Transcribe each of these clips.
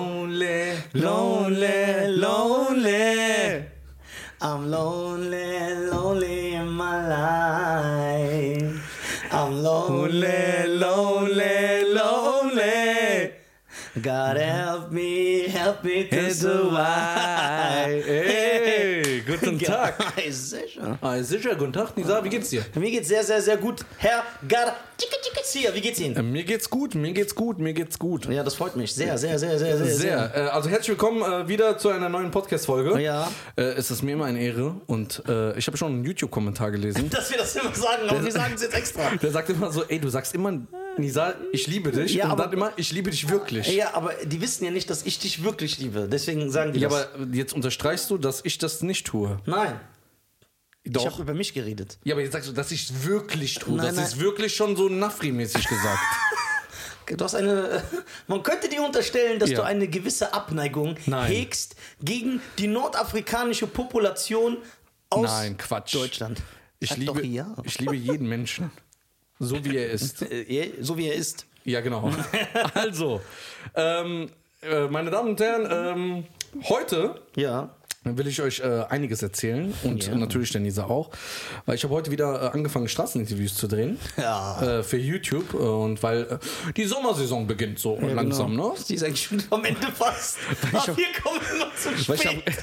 Lonely, lonely, lonely. I'm lonely, lonely in my life. I'm lonely, lonely, lonely. God help me, help me to survive. Hey, guten Tag. Geil, sicher. Ah, sicher, guten Tag, Nisa, wie geht's dir? Mir geht's sehr, sehr, sehr gut. Herr Garcia, wie geht's Ihnen? Äh, Mir geht's gut, mir geht's gut, mir geht's gut. Ja, das freut mich. Sehr, sehr, sehr, sehr, sehr, Sehr. Äh, Also herzlich willkommen äh, wieder zu einer neuen Podcast-Folge. Ja. Äh, Es ist mir immer eine Ehre und äh, ich habe schon einen YouTube-Kommentar gelesen. Dass wir das immer sagen, aber wir sagen es jetzt extra. Der sagt immer so, ey, du sagst immer, Nisa, ich liebe dich. Ja, und aber- dann immer, ich liebe dich wirklich. Ja, aber die wissen ja nicht, dass ich dich wirklich liebe. Deswegen sagen die ja, das. aber jetzt unterstreichst du, dass ich das nicht tue. Nein, ich Doch. habe über mich geredet. Ja, aber jetzt sagst du, dass ich es wirklich tue. Nein, das nein. ist wirklich schon so Nafri-mäßig gesagt. Du hast eine. Man könnte dir unterstellen, dass Ja. du eine gewisse Abneigung Nein. hegst gegen die nordafrikanische Population aus Nein, Quatsch. Deutschland. Ich Sag liebe, doch ja. ich liebe jeden Menschen. So wie er ist. Äh, So wie er ist. Ja, genau. Also, ähm, äh, meine Damen und Herren, ähm, heute Ja. will ich euch äh, einiges erzählen und natürlich der Nisa auch, weil ich habe heute wieder äh, angefangen, Straßeninterviews zu drehen Ja. äh, für YouTube äh, und weil äh, die Sommersaison beginnt so langsam, ne? Die ist eigentlich schon am Ende fast. Aber wir kommen immer zu Weil ich habe spät.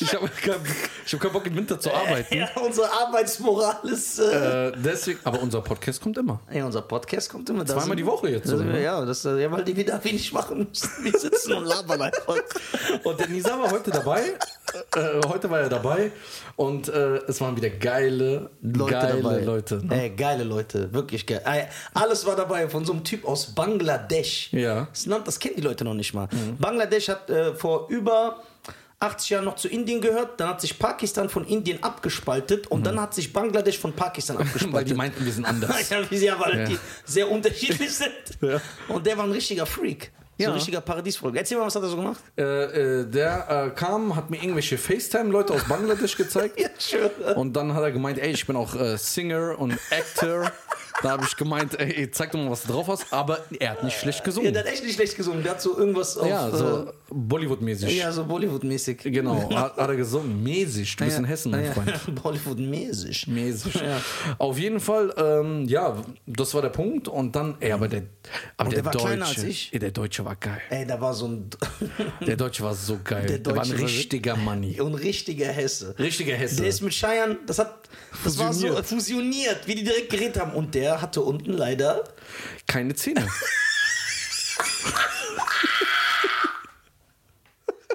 ich hab keinen ich hab keinen Bock, im Winter zu arbeiten. Ja, unsere Arbeitsmoral ist. Äh, Äh, deswegen, aber unser Podcast kommt immer. Ja, unser Podcast kommt immer da Zweimal sind- die Woche jetzt Da sind sogar, wir, ja, das, ja, weil die wieder wenig machen müssen. Wir sitzen und labern einfach. Und der Nisa war heute dabei. Äh, heute war er dabei. Und äh, es waren wieder geile Leute. Geile Leute. ne? Ey, geile Leute, wirklich geil. Ey, Alles war dabei von so einem Typ aus Bangladesch. Ja. Mhm. Das Land, das kennen die Leute noch nicht mal. Bangladesch hat äh, vor über 80 Jahren noch zu Indien gehört, dann hat sich Pakistan von Indien abgespaltet und dann hat sich Bangladesch von Pakistan abgespaltet. Mhm. Weil die meinten, wir sind anders. Ja, wie sie aber Ja. die sehr unterschiedlich sind. Ja. Und der war ein richtiger Freak. So Ja. ein richtiger Paradiesvogel. Erzähl mal, was hat er so gemacht? äh, äh, der äh, kam, hat mir irgendwelche FaceTime-Leute aus Bangladesch gezeigt. Ja, schön. Und dann hat er gemeint, ey, ich bin auch äh, Singer und Actor. Da habe ich gemeint, ey, zeig doch mal, was du drauf hast. Aber er hat nicht schlecht Ja, gesungen. der hat echt nicht schlecht gesungen. Der hat so irgendwas auf. Hm. Ja, so äh, Bollywood-mäßig. ja, so Bollywood-mäßig. Genau, hat, hat er gesungen. Mäßig. Du bist in Hessen, mein Ja, Freund. Bollywood-mäßig. Mäßig. Auf jeden Fall, ähm, ja, das war der Punkt. Und dann, ey, aber der, aber der der, war Deutsche, kleiner als ich. Ey, der Deutsche war geil. Ey, da war so ein, Der Deutsche war so geil. Der, Der war ein Deutsche war- richtiger Manni. ein richtiger Hesse. Richtiger Hesse. Der ist mit Scheiern, das hat, das war so Fusioniert. fusioniert, wie die direkt geredet haben. Und der hatte unten leider, Keine Zähne.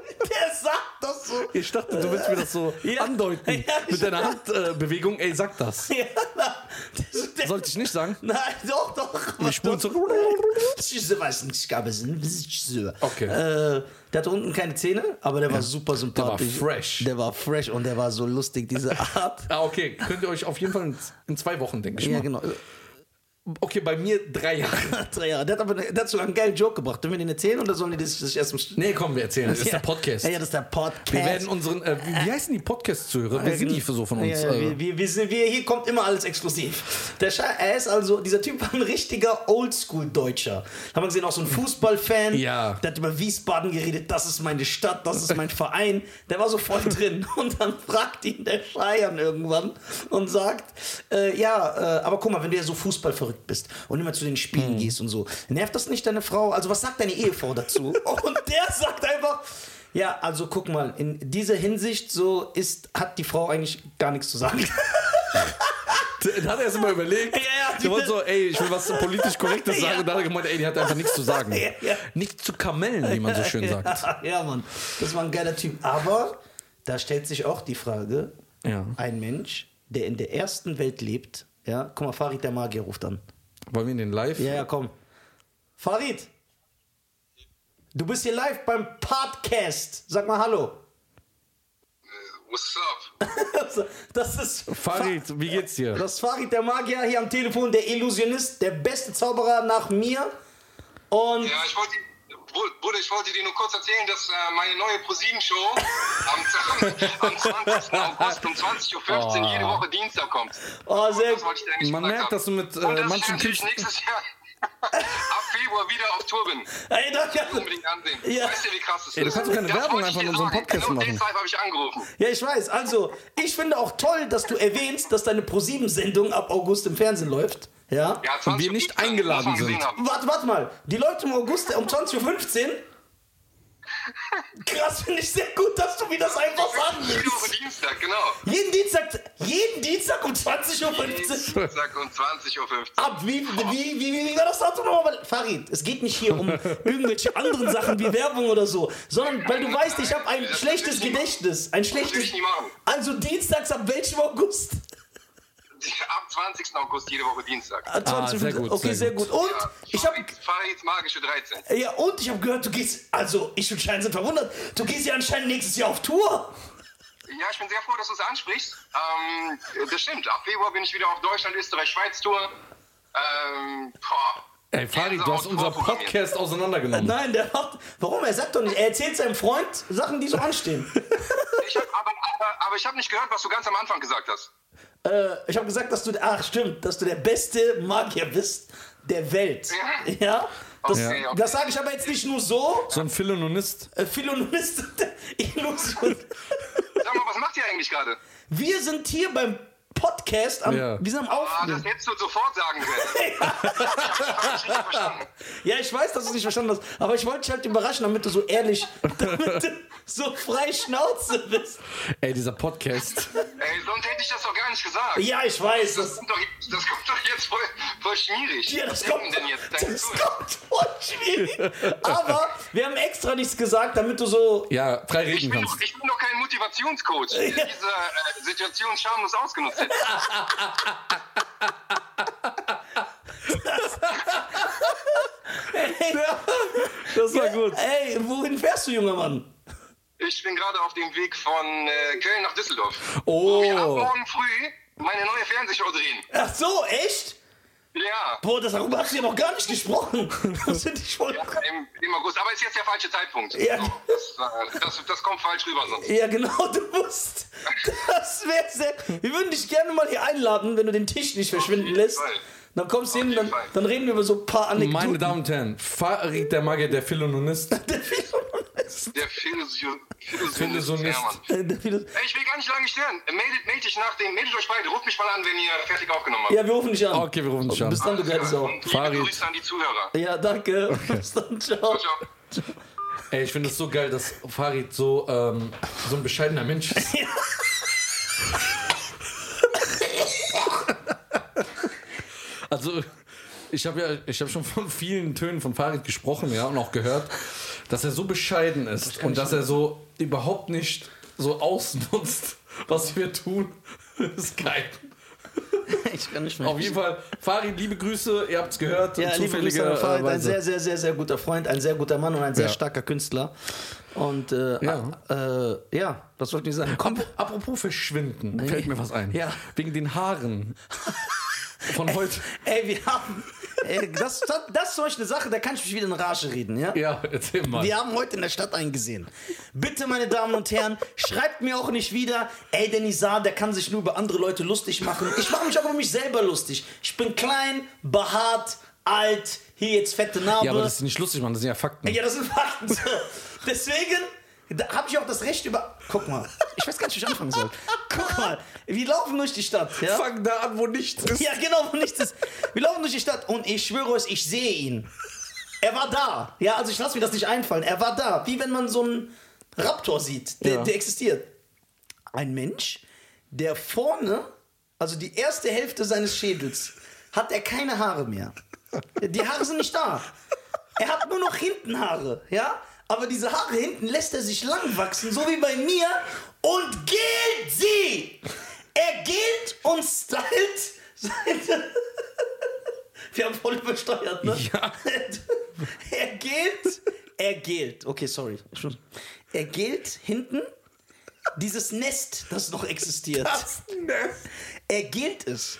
der sagt das so. Ich dachte, du willst mir das so Ja. andeuten. Ja, ich- mit deiner Handbewegung, ey, sag das. Ja, der, der, Sollte ich nicht sagen? Nein, doch, doch. Die Spuren so. Ich weiß nicht, ich glaube, es ist ein bisschen Okay. Äh, der hatte unten keine Zähne, aber der war super sympathisch. fresh. Der war fresh und der war so lustig, diese Art. Ah, okay. Könnt ihr euch auf jeden Fall in, in zwei Wochen, denke ich ja, mal. genau. Okay, bei mir drei Jahre. Drei Jahre. Der hat aber der hat sogar einen geilen Joke gebracht. Dürfen wir den erzählen oder sollen die das sich erst im Sch- Nee, komm, wir erzählen. Das ist der Podcast. Ja, ja, das ist der Podcast. genau. Wir werden unseren, äh, wie, wie heißen die Podcast-Zuhörer? Wer sind die für so von uns? Ja, ja, Äh, wir, wir, wir sind, wir, hier kommt immer alles exklusiv. Der Scha er ist also, dieser Typ war ein richtiger Oldschool-Deutscher. Haben wir gesehen, auch so ein Fußballfan. Ja. Der hat über Wiesbaden geredet, das ist meine Stadt, das ist mein Verein. Der war so voll drin. Und dann fragt ihn der Scheiern irgendwann und sagt, äh, ja, äh, aber guck mal, wenn du ja so fußballverrückt bist und immer zu den Spielen gehst und so, nervt das nicht deine Frau? Also was sagt deine Ehefrau dazu? und der sagt einfach... Ja, also guck mal, in dieser Hinsicht so ist, hat die Frau eigentlich gar nichts zu sagen. Dann hat er erst mal überlegt. Ja, ja, der wollte diese- so, ey, ich will was politisch Korrektes sagen. Ja. Und dann hat er gemeint, ey, die hat einfach nichts zu sagen. Ja, ja. Nichts zu kamellen, wie man so schön sagt. ja, Mann, das war ein geiler Typ. Aber da stellt sich auch die Frage: Ja. Ein Mensch, der in der ersten Welt lebt, ja, guck mal, Farid der Magier ruft an. Wollen wir in den Live? Ja, ja, komm. Farid, du bist hier live beim Podcast. Sag mal Hallo. What's up? Das ist Farid, wie geht's dir? Das ist Farid der Magier hier am Telefon, der Illusionist, der beste Zauberer nach mir. Und Ja, ich wollte, Bru- Bruder, ich wollte dir nur kurz erzählen, dass äh, meine neue ProSieben-Show am, am 20. August um 20.15 Uhr jede Woche Dienstag kommt. oh, sehr Das wollte ich dir eigentlich Man merkt, gesagt haben. dass du mit, äh, Und dass ich manchen natürlich Tipps- nächstes Jahr ab Februar wieder auf Tour bin. Ey, danke. Unbedingt ansehen. Ja. Weißt du, wie krass das Ey, du ist? kannst doch keine Das Werbung wollte ich einfach dir in unserem sagen. Podcast genau machen. deshalb habe ich angerufen. Ja, ich weiß. Also, ich finde auch toll, dass du erwähnst, dass deine Pro7-Sendung ab August im Fernsehen läuft. Ja. Ja, 20 Und wir nicht Minuten, eingeladen muss man gesehen sind. haben. Warte, warte mal. Die Leute im August um 20.15 Uhr. Krass, finde ich sehr gut, dass du mir das einfach sagen Jede Woche willst. Dienstag, genau. Jeden Dienstag, jeden Dienstag um 20.15 Uhr. Dienstag um 20.15 Uhr. Ab, wie, wie, wie, wie war das Datum nochmal? Farid, es geht nicht hier um irgendwelche anderen Sachen wie Werbung oder so, sondern weil du weißt, ich habe ein Das schlechtes will ich nie Gedächtnis. Ein will schlechtes. ich nie machen. Also dienstags ab welchem August? Ab 20. August, jede Woche Dienstag. Ab Ah, 20. sehr gut, okay, sehr sehr gut. Und ich habe fahre jetzt magische 13. ja, und ich habe gehört, du gehst, also ich und Schein sind verwundert, du gehst ja anscheinend nächstes Jahr auf Tour. Ja, ich bin sehr froh, dass du es ansprichst. Ähm, das stimmt. Ab Februar bin ich wieder auf Deutschland, Österreich, Schweiz Tour. Ähm, boah. Ey, Fadi, du hast Gänsehaut unser vorprogrammiert. Podcast auseinandergenommen. Nein, der macht, warum? Er sagt doch nicht, er erzählt seinem Freund Sachen, die so anstehen. Ich hab, aber, aber, aber ich habe nicht gehört, was du ganz am Anfang gesagt hast. Äh, ich habe gesagt, dass du, ach stimmt, dass du der beste Magier bist der Welt. Ja. Ja. Das, Okay, okay. das sage ich aber jetzt nicht nur so. So ein Philononist. Äh, Philonist, Illusion. Sag mal, was macht ihr eigentlich gerade? Wir sind hier beim Podcast, am, Ja. wir sind am Ah, Aufnehmen. das hättest du sofort sagen können. Ich hab's nicht verstanden. Ja, ich weiß, dass du es nicht verstanden hast, aber ich wollte dich halt überraschen, damit du so ehrlich, damit du so frei Schnauze bist. Ey, dieser Podcast. Ey, sonst hätte ich das doch gar nicht gesagt. Ja, ich weiß. Das Das, kommt doch, das kommt doch jetzt voll, voll schmierig. ja, das Was kommt, denn jetzt? Dein das Zuhörer? kommt voll schwierig. Aber wir haben extra nichts gesagt, damit du so. Ja, frei Ich reden bin, kannst. doch, ich bin doch kein Motivationscoach, der diese äh, Situation schamlos ausgenutzt hätte. Hey, Das war gut. Ey, wohin fährst du, junger Mann? Ich bin gerade auf dem Weg von äh, Köln nach Düsseldorf. Wo wir ab Oh. morgen früh meine neue Fernsehshow drehen. Ach so, echt? Ja. Boah, das, darüber hast du ja noch gar nicht gesprochen. Das finde ich voll. Ja, im, Im August. Aber ist jetzt der falsche Zeitpunkt. Ja. So, das, äh, das, das kommt falsch rüber sonst. Ja, genau, du musst. Das wäre sehr. Wir würden dich gerne mal hier einladen, wenn du den Tisch nicht verschwinden jeden lässt. Fall. Dann kommst du hin, jeden dann, Fall. dann reden wir über so ein paar Anekdoten. Oh, Meine Damen und Herren, Farid der Magier, der Philononist. Der Philosoph. Philosonist. Ja, Mann. ja, Ey, Ich will gar nicht lange stören. Meldet, meldet, dich nach dem, meldet euch beide. Ruft mich mal an, wenn ihr fertig aufgenommen habt. wir rufen dich an. Okay, wir rufen dich an. Bis dann, du geile Sau. Und Farid. liebe Grüße an die Zuhörer. Ja, danke. Bis dann, ciao. Ciao. Ey, ich finde es so geil, dass Farid so, ähm, so ein bescheidener Mensch ist. also, ich habe ja, ich habe schon von vielen Tönen von Farid gesprochen, ja, und auch gehört, dass er so bescheiden ist und dass er so überhaupt nicht so ausnutzt, was wir tun. ist geil. Ich kann nicht Auf jeden Fall, Farid, liebe Grüße, ihr habt's gehört. Ja, liebe Grüße an zufälliger, den Farid, äh, ein Weise. sehr, sehr, sehr, sehr guter Freund, ein sehr guter Mann und ein sehr Ja. starker Künstler. Und äh, Ja. äh, ja, was wollte ich sagen? Komm, Apropos verschwinden, fällt mir was ein. Ja. Wegen den Haaren. Von heute. ey, wir haben. Ey, das, das, das ist solch eine Sache, da kann ich mich wieder in Rage reden, ja? Ja, erzähl mal. Wir haben heute in der Stadt einen gesehen. Bitte, meine Damen und Herren, schreibt mir auch nicht wieder, ey, der Nizar, der kann sich nur über andere Leute lustig machen. Ich mache mich auch über mich selber lustig. Ich bin klein, behaart, alt, hier jetzt fette Narbe. Ja, aber das ist nicht lustig, Mann, das sind ja Fakten. Ja, das sind Fakten. so. Deswegen habe ich auch das Recht über. Guck mal, ich weiß gar nicht, wie ich anfangen soll. Guck mal, wir laufen durch die Stadt. Ja? Fang da an, wo nichts ist. Ja, genau, wo nichts ist. Wir laufen durch die Stadt und ich schwöre euch, ich sehe ihn. Er war da. Ja, also ich lasse mir das nicht einfallen. Er war da. Wie wenn man so einen Raptor sieht, der, Ja. der existiert. Ein Mensch, der vorne, also die erste Hälfte seines Schädels, hat er keine Haare mehr. Die Haare sind nicht da. Er hat nur noch hinten Haare, ja? Aber diese Haare hinten lässt er sich lang wachsen, so wie bei mir, und gilt sie! Er gilt und stylt seine. Wir haben voll übersteuert, ne? Ja. Er gilt. Er gilt. Okay, sorry. Ich muss- Er gilt hinten dieses Nest, das noch existiert. Er gilt es.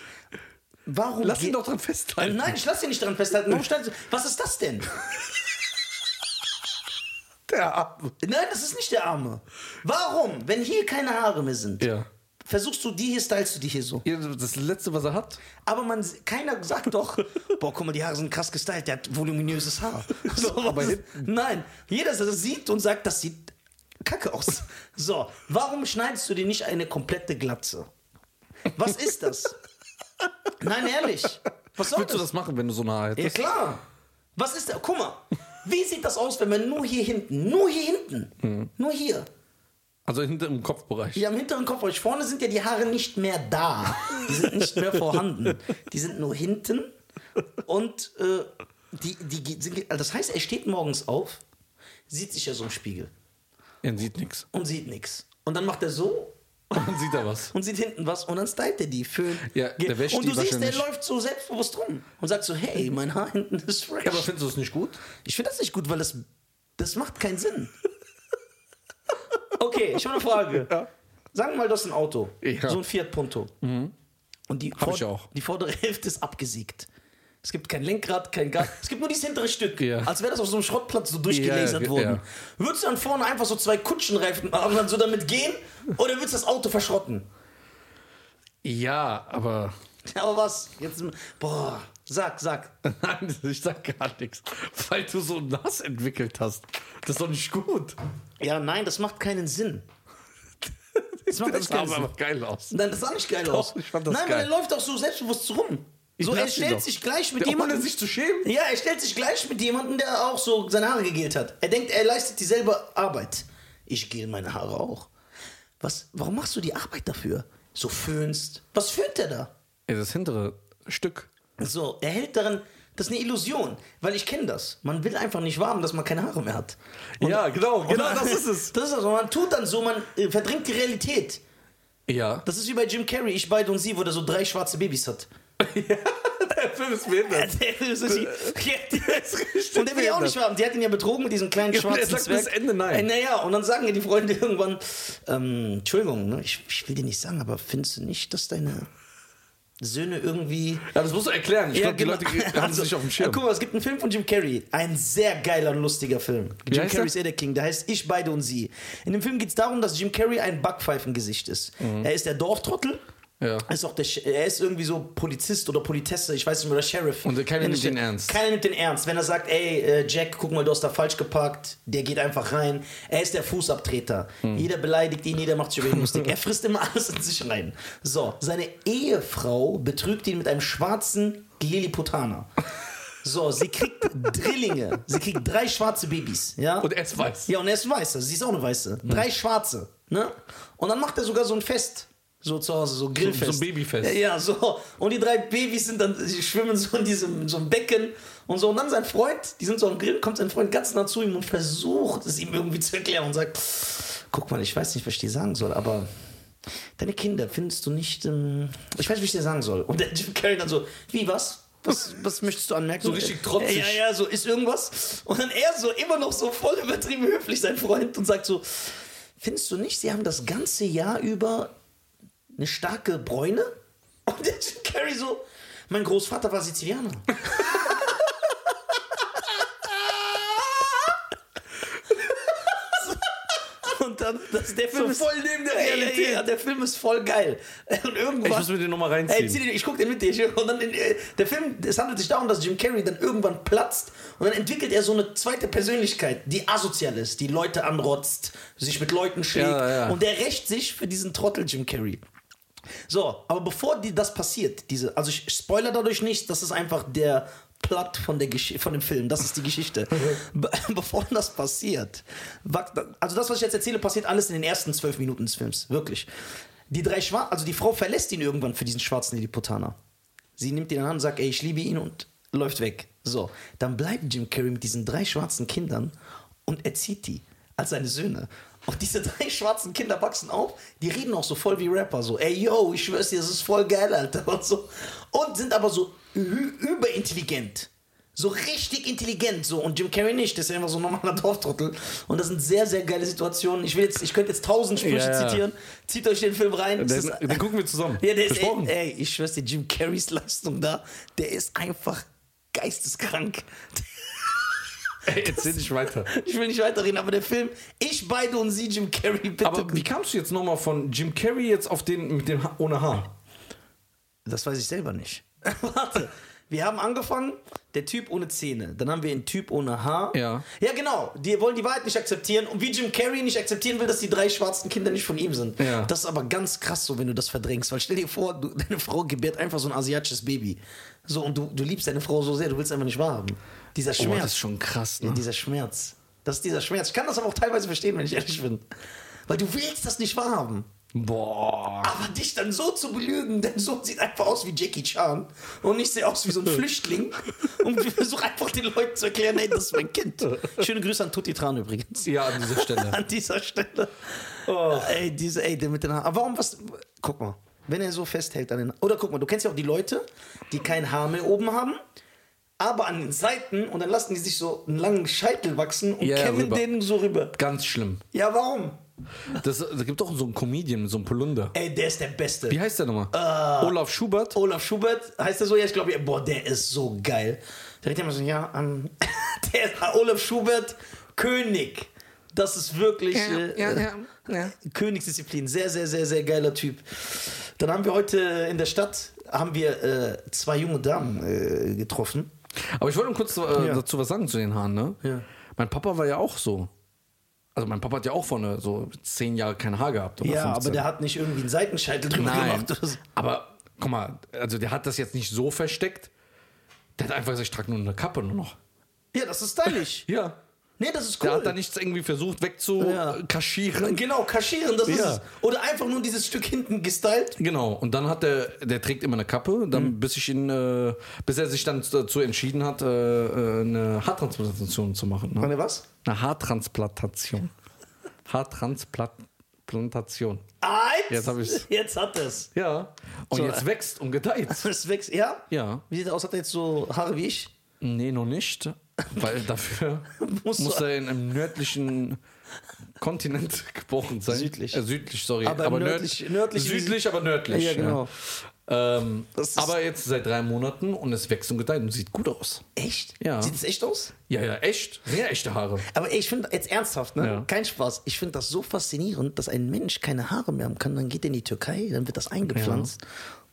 Warum? Lass ihn gilt- doch dran festhalten. Äh, Nein, ich lasse ihn nicht daran festhalten. Warum stand- Was ist das denn? Der Arme. Nein, das ist nicht der Arme. Warum, wenn hier keine Haare mehr sind, Ja. versuchst du die hier, stylst du die hier so. Ja, Das letzte, was er hat. Aber man, keiner sagt doch, boah, guck mal, die Haare sind krass gestylt, der hat voluminöses Haar. So, aber was- hinten- Nein, jeder das sieht und sagt, das sieht kacke aus. So, warum schneidest du dir nicht eine komplette Glatze? Was ist das? Nein, ehrlich. Was soll Willst du das machen, wenn du so eine Haar Ja, hättest? klar. Was ist da? Guck mal, wie sieht das aus, wenn man nur hier hinten, nur hier hinten, Hm. nur hier, Also hinter im Kopfbereich. ja, am hinteren Kopf, euch vorne sind ja die Haare nicht mehr da. Die sind nicht mehr vorhanden. Die sind nur hinten. Und äh, die, die, ge- sind, ge- also das heißt, er steht morgens auf, sieht sich ja so im Spiegel Er sieht nichts. und sieht nichts. Und dann macht er so Dann sieht er was. und sieht hinten was und dann stylt er die. Für, Ja, Ge- der wäscht und die du siehst, der wahrscheinlich. läuft so selbstbewusst rum und sagt so, hey, mein Haar hinten ist fresh. Ja, aber findest du es nicht gut? Ich finde das nicht gut, weil das, das macht keinen Sinn. Okay, ich habe eine Frage. Sagen wir mal, das ist ein Auto. Ja. Mhm. So ein Fiat Punto. Und die, Hab ich vor- auch. die vordere Hälfte ist abgesiegt. Es gibt kein Lenkrad, kein Gas. Es gibt nur dieses hintere Stück. Ja. Als wäre das auf so einem Schrottplatz so durchgelasert Ja, ja. worden. Würdest du dann vorne einfach so zwei Kutschenreifen machen und dann so damit gehen? Oder würdest du das Auto verschrotten? Ja, aber. Ja, aber was? Jetzt, boah, sag, sag. Nein, ich sag gar nichts. Weil du so ein Nass entwickelt hast. Das ist doch nicht gut. Ja, nein, das macht keinen Sinn. Das macht Das echt keinen sah Sinn. aber geil aus. Nein, das sah nicht geil aus. ich fand das Nein, geil. weil er läuft auch so selbstbewusst rum. Ich So, er lass ihn stellt doch. sich gleich mit Der- jemandem. Ohne sich zu schämen. ja, er stellt sich gleich mit jemandem, der auch so seine Haare gegelt hat. Er denkt, er leistet dieselbe Arbeit. Ich gel meine Haare auch. Was, warum machst du die Arbeit dafür? So föhnst. Was föhnt er da? Ey, das hintere Stück. So, er hält daran, das ist eine Illusion. Weil ich kenne das. Man will einfach nicht warm, dass man keine Haare mehr hat. ja, genau, genau, Und- das ist es. Das ist das. Und man tut dann so, man äh, verdrängt die Realität. Ja. Das ist wie bei Jim Carrey, ich, beide und sie, wo der so drei schwarze Babys hat. Der Film ist behindert. Der ist richtig- Der ist richtig und der will ja auch nicht behindert. haben. Die hat ihn ja betrogen mit diesem kleinen Ja, und er schwarzen sagt Zwerg. bis Ende nein. Äh, Naja, und dann sagen ja die Freunde irgendwann, ähm, Entschuldigung, ne, ich, ich will dir nicht sagen, aber findest du nicht, dass deine Söhne irgendwie... Ja, das musst du erklären. Ich glaube, genau. die Leute haben es Also, nicht auf dem Schirm. Ja, guck mal, es gibt einen Film von Jim Carrey. Ein sehr geiler, lustiger Film. Jim heißt Carrey er? ist eher der King. Der heißt Ich, beide und sie. In dem Film geht es darum, dass Jim Carrey ein Backpfeifengesicht ist. Er ist der Dorftrottel. Mhm. Ja. Er Ist auch der, Sch- er ist irgendwie so Polizist oder Politesse, ich weiß nicht mehr, oder Sheriff. Und keiner In- nimmt ihn ernst. Keiner nimmt den ernst. Wenn er sagt, ey, äh, Jack, guck mal, du hast da falsch geparkt, der geht einfach rein. Er ist der Fußabtreter. Hm. Jeder beleidigt ihn, jeder macht sich über ihn lustig. er frisst immer alles in sich rein. So, seine Ehefrau betrügt ihn mit einem schwarzen Lilliputaner. So, sie kriegt Drillinge. Sie kriegt drei schwarze Babys. Ja? Und er ist weiß. Hm. Ja, und er ist ein Weißer. Sie ist auch eine Weiße. Drei Schwarze. Ne? Und dann macht er sogar so ein Fest. So zu Hause, so Grillfest. so ein Babyfest. Ja, ja, so. Und die drei Babys sind dann, sie schwimmen so in diesem so einem Becken und so. Und dann sein Freund, die sind so am Grill, kommt sein Freund ganz nah zu ihm und versucht es ihm irgendwie zu erklären und sagt: Guck mal, ich weiß nicht, was ich dir sagen soll, aber deine Kinder findest du nicht. Ähm, ich weiß nicht, wie ich dir sagen soll. Und der Jim Carrey dann so: Wie, was? Was, was möchtest du anmerken? So richtig trotzig. Ja, ja, ja, so ist irgendwas. Und dann er so immer noch so voll übertrieben höflich, sein Freund, und sagt so: Findest du nicht, sie haben das ganze Jahr über eine starke Bräune? Und der Jim Carrey so: Mein Großvater war Sizilianer. Und dann, das, der Film ist voll neben der Ja, ja, Realität. Ja, der Film ist voll geil. Und irgendwann, Ich muss mir den nochmal Ey, reinziehen. zieh den, ich guck den mit dir. Ich- Und dann in, äh, der Film, es handelt sich darum, dass Jim Carrey dann irgendwann platzt und dann entwickelt er so eine zweite Persönlichkeit, die asozial ist, die Leute anrotzt, sich mit Leuten schlägt Ja, ja. und der rächt sich für diesen Trottel Jim Carrey. So, aber bevor die, das passiert, diese, also ich spoiler dadurch nicht, das ist einfach der Plot von, der Gesch von dem Film, das ist die Geschichte. Be bevor das passiert, wa- also das, was ich jetzt erzähle, passiert alles in den ersten zwölf Minuten des Films, wirklich. Die drei Schwarzen, also die Frau verlässt ihn irgendwann für diesen schwarzen Lilliputaner. Sie nimmt ihn an und sagt, ey, ich liebe ihn und läuft weg. So, dann bleibt Jim Carrey mit diesen drei schwarzen Kindern und erzieht die als seine Söhne. Und diese drei schwarzen Kinder wachsen auf, die reden auch so voll wie Rapper, so, ey, yo, ich schwör's dir, das ist voll geil, Alter, und so. Und sind aber so ü- überintelligent. So richtig intelligent, so. Und Jim Carrey nicht, das ist ja immer so ein normaler Dorftrottel. Und das sind sehr, sehr geile Situationen. Ich will jetzt, ich könnte jetzt tausend Sprüche Ja, ja. zitieren. Zieht euch den Film rein. Es Den, ist- den gucken wir zusammen. ja, der ist, ey, Versprochen. ey, ich schwör's dir, Jim Carreys Leistung da, der ist einfach geisteskrank. Ey, erzähl nicht weiter. Ich will nicht weiterreden, aber der Film, ich beide und sie, Jim Carrey, bitte. Aber wie kamst du jetzt nochmal von Jim Carrey jetzt auf den mit dem ha ohne Haar? das weiß ich selber nicht. Warte. Wir haben angefangen, der Typ ohne Zähne. Dann haben wir einen Typ ohne Haar. Ja. Ja, genau. Die wollen die Wahrheit nicht akzeptieren. Und wie Jim Carrey nicht akzeptieren will, dass die drei schwarzen Kinder nicht von ihm sind. Ja. Das ist aber ganz krass so, wenn du das verdrängst. Weil stell dir vor, du, deine Frau gebärt einfach so ein asiatisches Baby. So, und du, du liebst deine Frau so sehr, du willst einfach nicht wahrhaben. Dieser Schmerz. Oh, schon krass, Ja, dieser Schmerz. Das ist dieser Schmerz. Ich kann das aber auch teilweise verstehen, wenn ich ehrlich bin. Weil du willst das nicht wahrhaben. Mhm. Boah. Aber dich dann so zu belügen, dein Sohn sieht einfach aus wie Jackie Chan und ich sehe aus wie so ein Flüchtling und wir versuchen einfach den Leuten zu erklären, hey, das ist mein Kind. Schöne Grüße an Tutti Tran übrigens. Ja, an dieser Stelle. Oh. An dieser Stelle. Ey, diese, ey, der mit den Haaren. Aber warum was? Guck mal, wenn er so festhält an den Oder guck mal, du kennst ja auch die Leute, die kein Haar mehr oben haben, aber an den Seiten und dann lassen die sich so einen langen Scheitel wachsen und Ja, ja, kämmen rüber. den so rüber. Ganz schlimm. Ja, warum? Das, da gibt auch so einen Comedian mit so einem Polunder. Ey, der ist der Beste. Wie heißt der nochmal? Äh. Olaf Schubert? Olaf Schubert, heißt er so? Ja, ich glaube, ja, boah, der ist so geil. Der redet immer so, ja, ähm, der ist Olaf Schubert, König. Das ist wirklich äh, äh, Königsdisziplin. Sehr, sehr, sehr, sehr geiler Typ. Dann haben wir heute in der Stadt haben wir äh, zwei junge Damen äh, getroffen. Aber ich wollte nur kurz äh, Ja. dazu was sagen zu den Haaren, ne? Ja. Mein Papa war ja auch so. Also mein Papa hat ja auch vorne so zehn Jahre kein Haar gehabt. Oder Ja, 15. aber der hat nicht irgendwie einen Seitenscheitel drüber Nein. gemacht. Oder so. Aber guck mal, also der hat das jetzt nicht so versteckt. Der hat einfach gesagt, ich trage nur eine Kappe nur noch. Ja, das ist stylisch. Ja. Nee, das ist cool. Der hat da nichts irgendwie versucht Ja. wegzukaschieren. Genau, kaschieren, das ist Ja. es. Oder einfach nur dieses Stück hinten gestylt. Genau, und dann hat der, der trägt immer eine Kappe, dann, Mhm. bis ich ihn, äh, bis er sich dann dazu entschieden hat, äh, äh, eine Haartransplantation zu machen. Ne? Meine was? Eine Haartransplantation. Haartransplantation. Eins. Jetzt hab ich's. Jetzt hat es. Ja. Und So, jetzt äh, wächst und gedeiht. Das wächst, ja? Ja. Wie sieht er aus? Hat er jetzt so Haare wie ich? Nee, noch nicht. Weil dafür Muss muss, so- er in einem nördlichen Kontinent geboren sein. Südlich. Äh, südlich, sorry. Aber nörd- nördlich- nördlich- südlich, aber nördlich. Ja, genau. ja. Ähm, Das ist- aber jetzt seit drei Monaten und es wächst und gedeiht und sieht gut aus. Echt? Ja. Sieht es echt aus? Ja, ja, echt. Sehr echte Haare. Aber ich finde, jetzt ernsthaft, ne? Ja. Kein Spaß. Ich finde das so faszinierend, dass ein Mensch keine Haare mehr haben kann. Dann geht er in die Türkei, dann wird das eingepflanzt.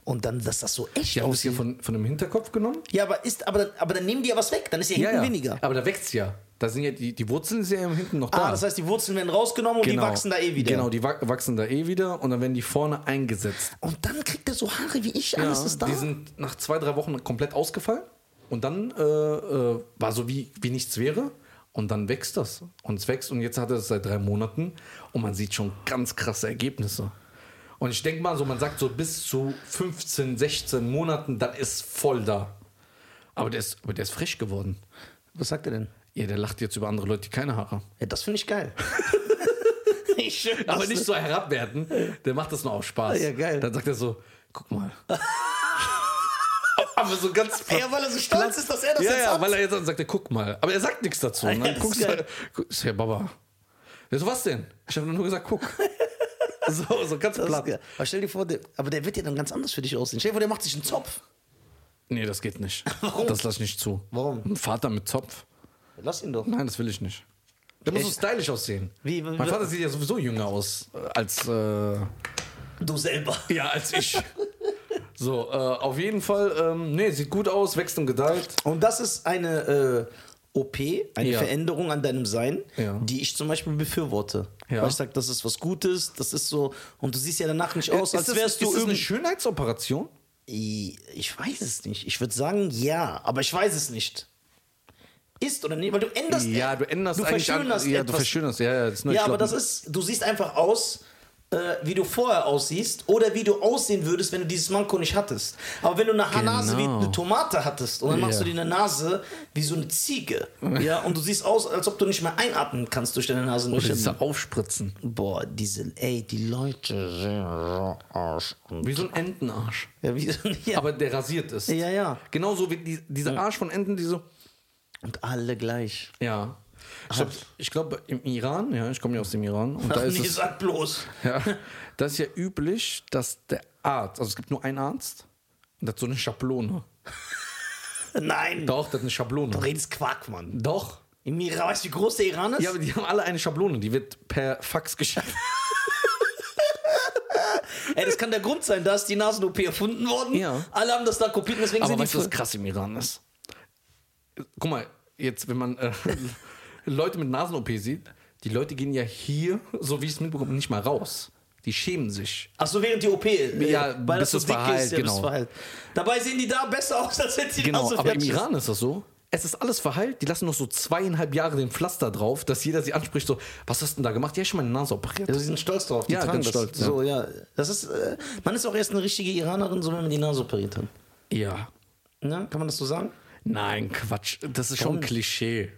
Und dann, dass das so echt Die haben es hier aussieht. von, von dem Hinterkopf genommen. Ja, aber, ist, aber, dann, aber dann nehmen die ja was weg. Dann ist ja hinten weniger. Aber da wächst ja. Da sind ja die, die Wurzeln sind ja hinten noch da. Ah, das heißt, die Wurzeln werden rausgenommen und die wachsen da eh wieder. Genau, die wa- wachsen da eh wieder und dann werden die vorne eingesetzt. Und dann kriegt er so Haare wie ich. Alles Ah, ist da. Die sind nach zwei, drei Wochen komplett ausgefallen. Und dann äh, äh, war so wie, wie nichts wäre. Und dann wächst das. Und es wächst. Und jetzt hat er es seit drei Monaten. Und man sieht schon ganz krasse Ergebnisse. Und ich denke mal so, man sagt so bis zu 15, 16 Monaten, dann ist voll da. Aber der ist, aber der ist frisch geworden. Was sagt er denn? Ja, der lacht jetzt über andere Leute, die keine Haare haben. Ja, das finde ich geil. ich schön, Aber das- nicht so herabwerten. Der macht das nur aus Spaß. Ah, Ja, geil. Dann sagt er so, guck mal. aber so ganz... Ja, weil er so stolz ist, dass er das ja, jetzt ja, hat. weil er jetzt dann sagt, er, guck mal. Aber er sagt nichts dazu. Ja, Ne? das ist Guckst geil. halt, guckst, hey, Baba. Ja, so, was denn? Ich habe nur gesagt, guck. so, so ganz Das ist platt. geil. Aber stell dir vor, der, aber der wird ja dann ganz anders für dich aussehen. Stell dir vor, der macht sich einen Zopf. Nee, das geht nicht. Das lass ich nicht zu. Warum? Ein Vater mit Zopf. Lass ihn doch. Nein, das will ich nicht. Der muss so Echt? stylisch aussehen. Wie- wie- mein Vater sieht ja sowieso jünger aus äh, als... Äh, Du selber. Ja, als ich. so, äh, auf jeden Fall, ähm, nee, sieht gut aus, wächst und gedeiht. Und das ist eine äh, OP, eine Ja. Veränderung an deinem Sein, Ja. die ich zum Beispiel befürworte. Ja. Weil ich sage, das ist was Gutes, das ist so. Und du siehst ja danach nicht aus, als wärst ist du das eine irgendwie. Schönheitsoperation? Ich weiß es nicht. Ich würde sagen, ja, aber ich weiß es nicht. Ist oder nicht? Weil du änderst. Ja, du änderst du eigentlich verschönerst an, Ja, du etwas. verschönerst, ja, ja. Das ist nur, Ja, ich aber glaub, das ist, du siehst einfach aus, äh, wie du vorher aussiehst oder wie du aussehen würdest, wenn du dieses Manko nicht hattest. Aber wenn du eine Genau. Nase wie eine Tomate hattest und dann machst du Ja. dir eine Nase wie so eine Ziege, ja, und du siehst aus, als ob du nicht mehr einatmen kannst durch deine Nase. das ist da aufspritzen. Boah, diese, ey, die Leute sind so Arsch. Und Wie so ein Entenarsch. ja, wie, ja. Aber der rasiert ist. ja, ja. Genauso wie die, dieser Arsch von Enten, die so. Und alle gleich. Ja. Ich glaube, ich glaub, im Iran, ja, ich komme ja aus dem Iran. Und da Ach, ist nee, es, sag bloß. Ja, das ist ja üblich, dass der Arzt, also es gibt nur einen Arzt, und der hat so eine Schablone. Nein, Doch, das ist eine Schablone. du redest Quark, Mann. Doch. Im Iran, weißt du, wie groß der Iran ist? Ja, aber die haben alle eine Schablone, die wird per Fax geschickt. Ey, das kann der Grund sein, da ist die Nasen-OP erfunden worden. Ja. Alle haben das da kopiert und deswegen Aber sind die weißt du, was früh. krass im Iran ist? Guck mal, jetzt, wenn man äh, Leute mit Nasen-OP sieht, die Leute gehen ja hier, so wie ich es mitbekomme, nicht mal raus. Die schämen sich. Achso, während die OP. äh, Ja, weil bis das so es dick verheilt, ist, ja, bis genau. es verheilt. Dabei sehen die da besser aus, als hätten sie Genau, Nase aber im fertig. Iran ist das so. Es ist alles verheilt. Die lassen noch so zweieinhalb Jahre den Pflaster drauf, dass jeder sie anspricht, so, was hast du denn da gemacht? Ja, ich hab meine Nase operiert. Also sie sind stolz drauf. Die Ja, tragen ganz das. stolz, ja. So, ja. Das ist, äh, man ist auch erst eine richtige Iranerin, so wenn man die Nase operiert hat. Ja. Ne? Kann man das so sagen? Nein, Quatsch. Das ist schon Klischee.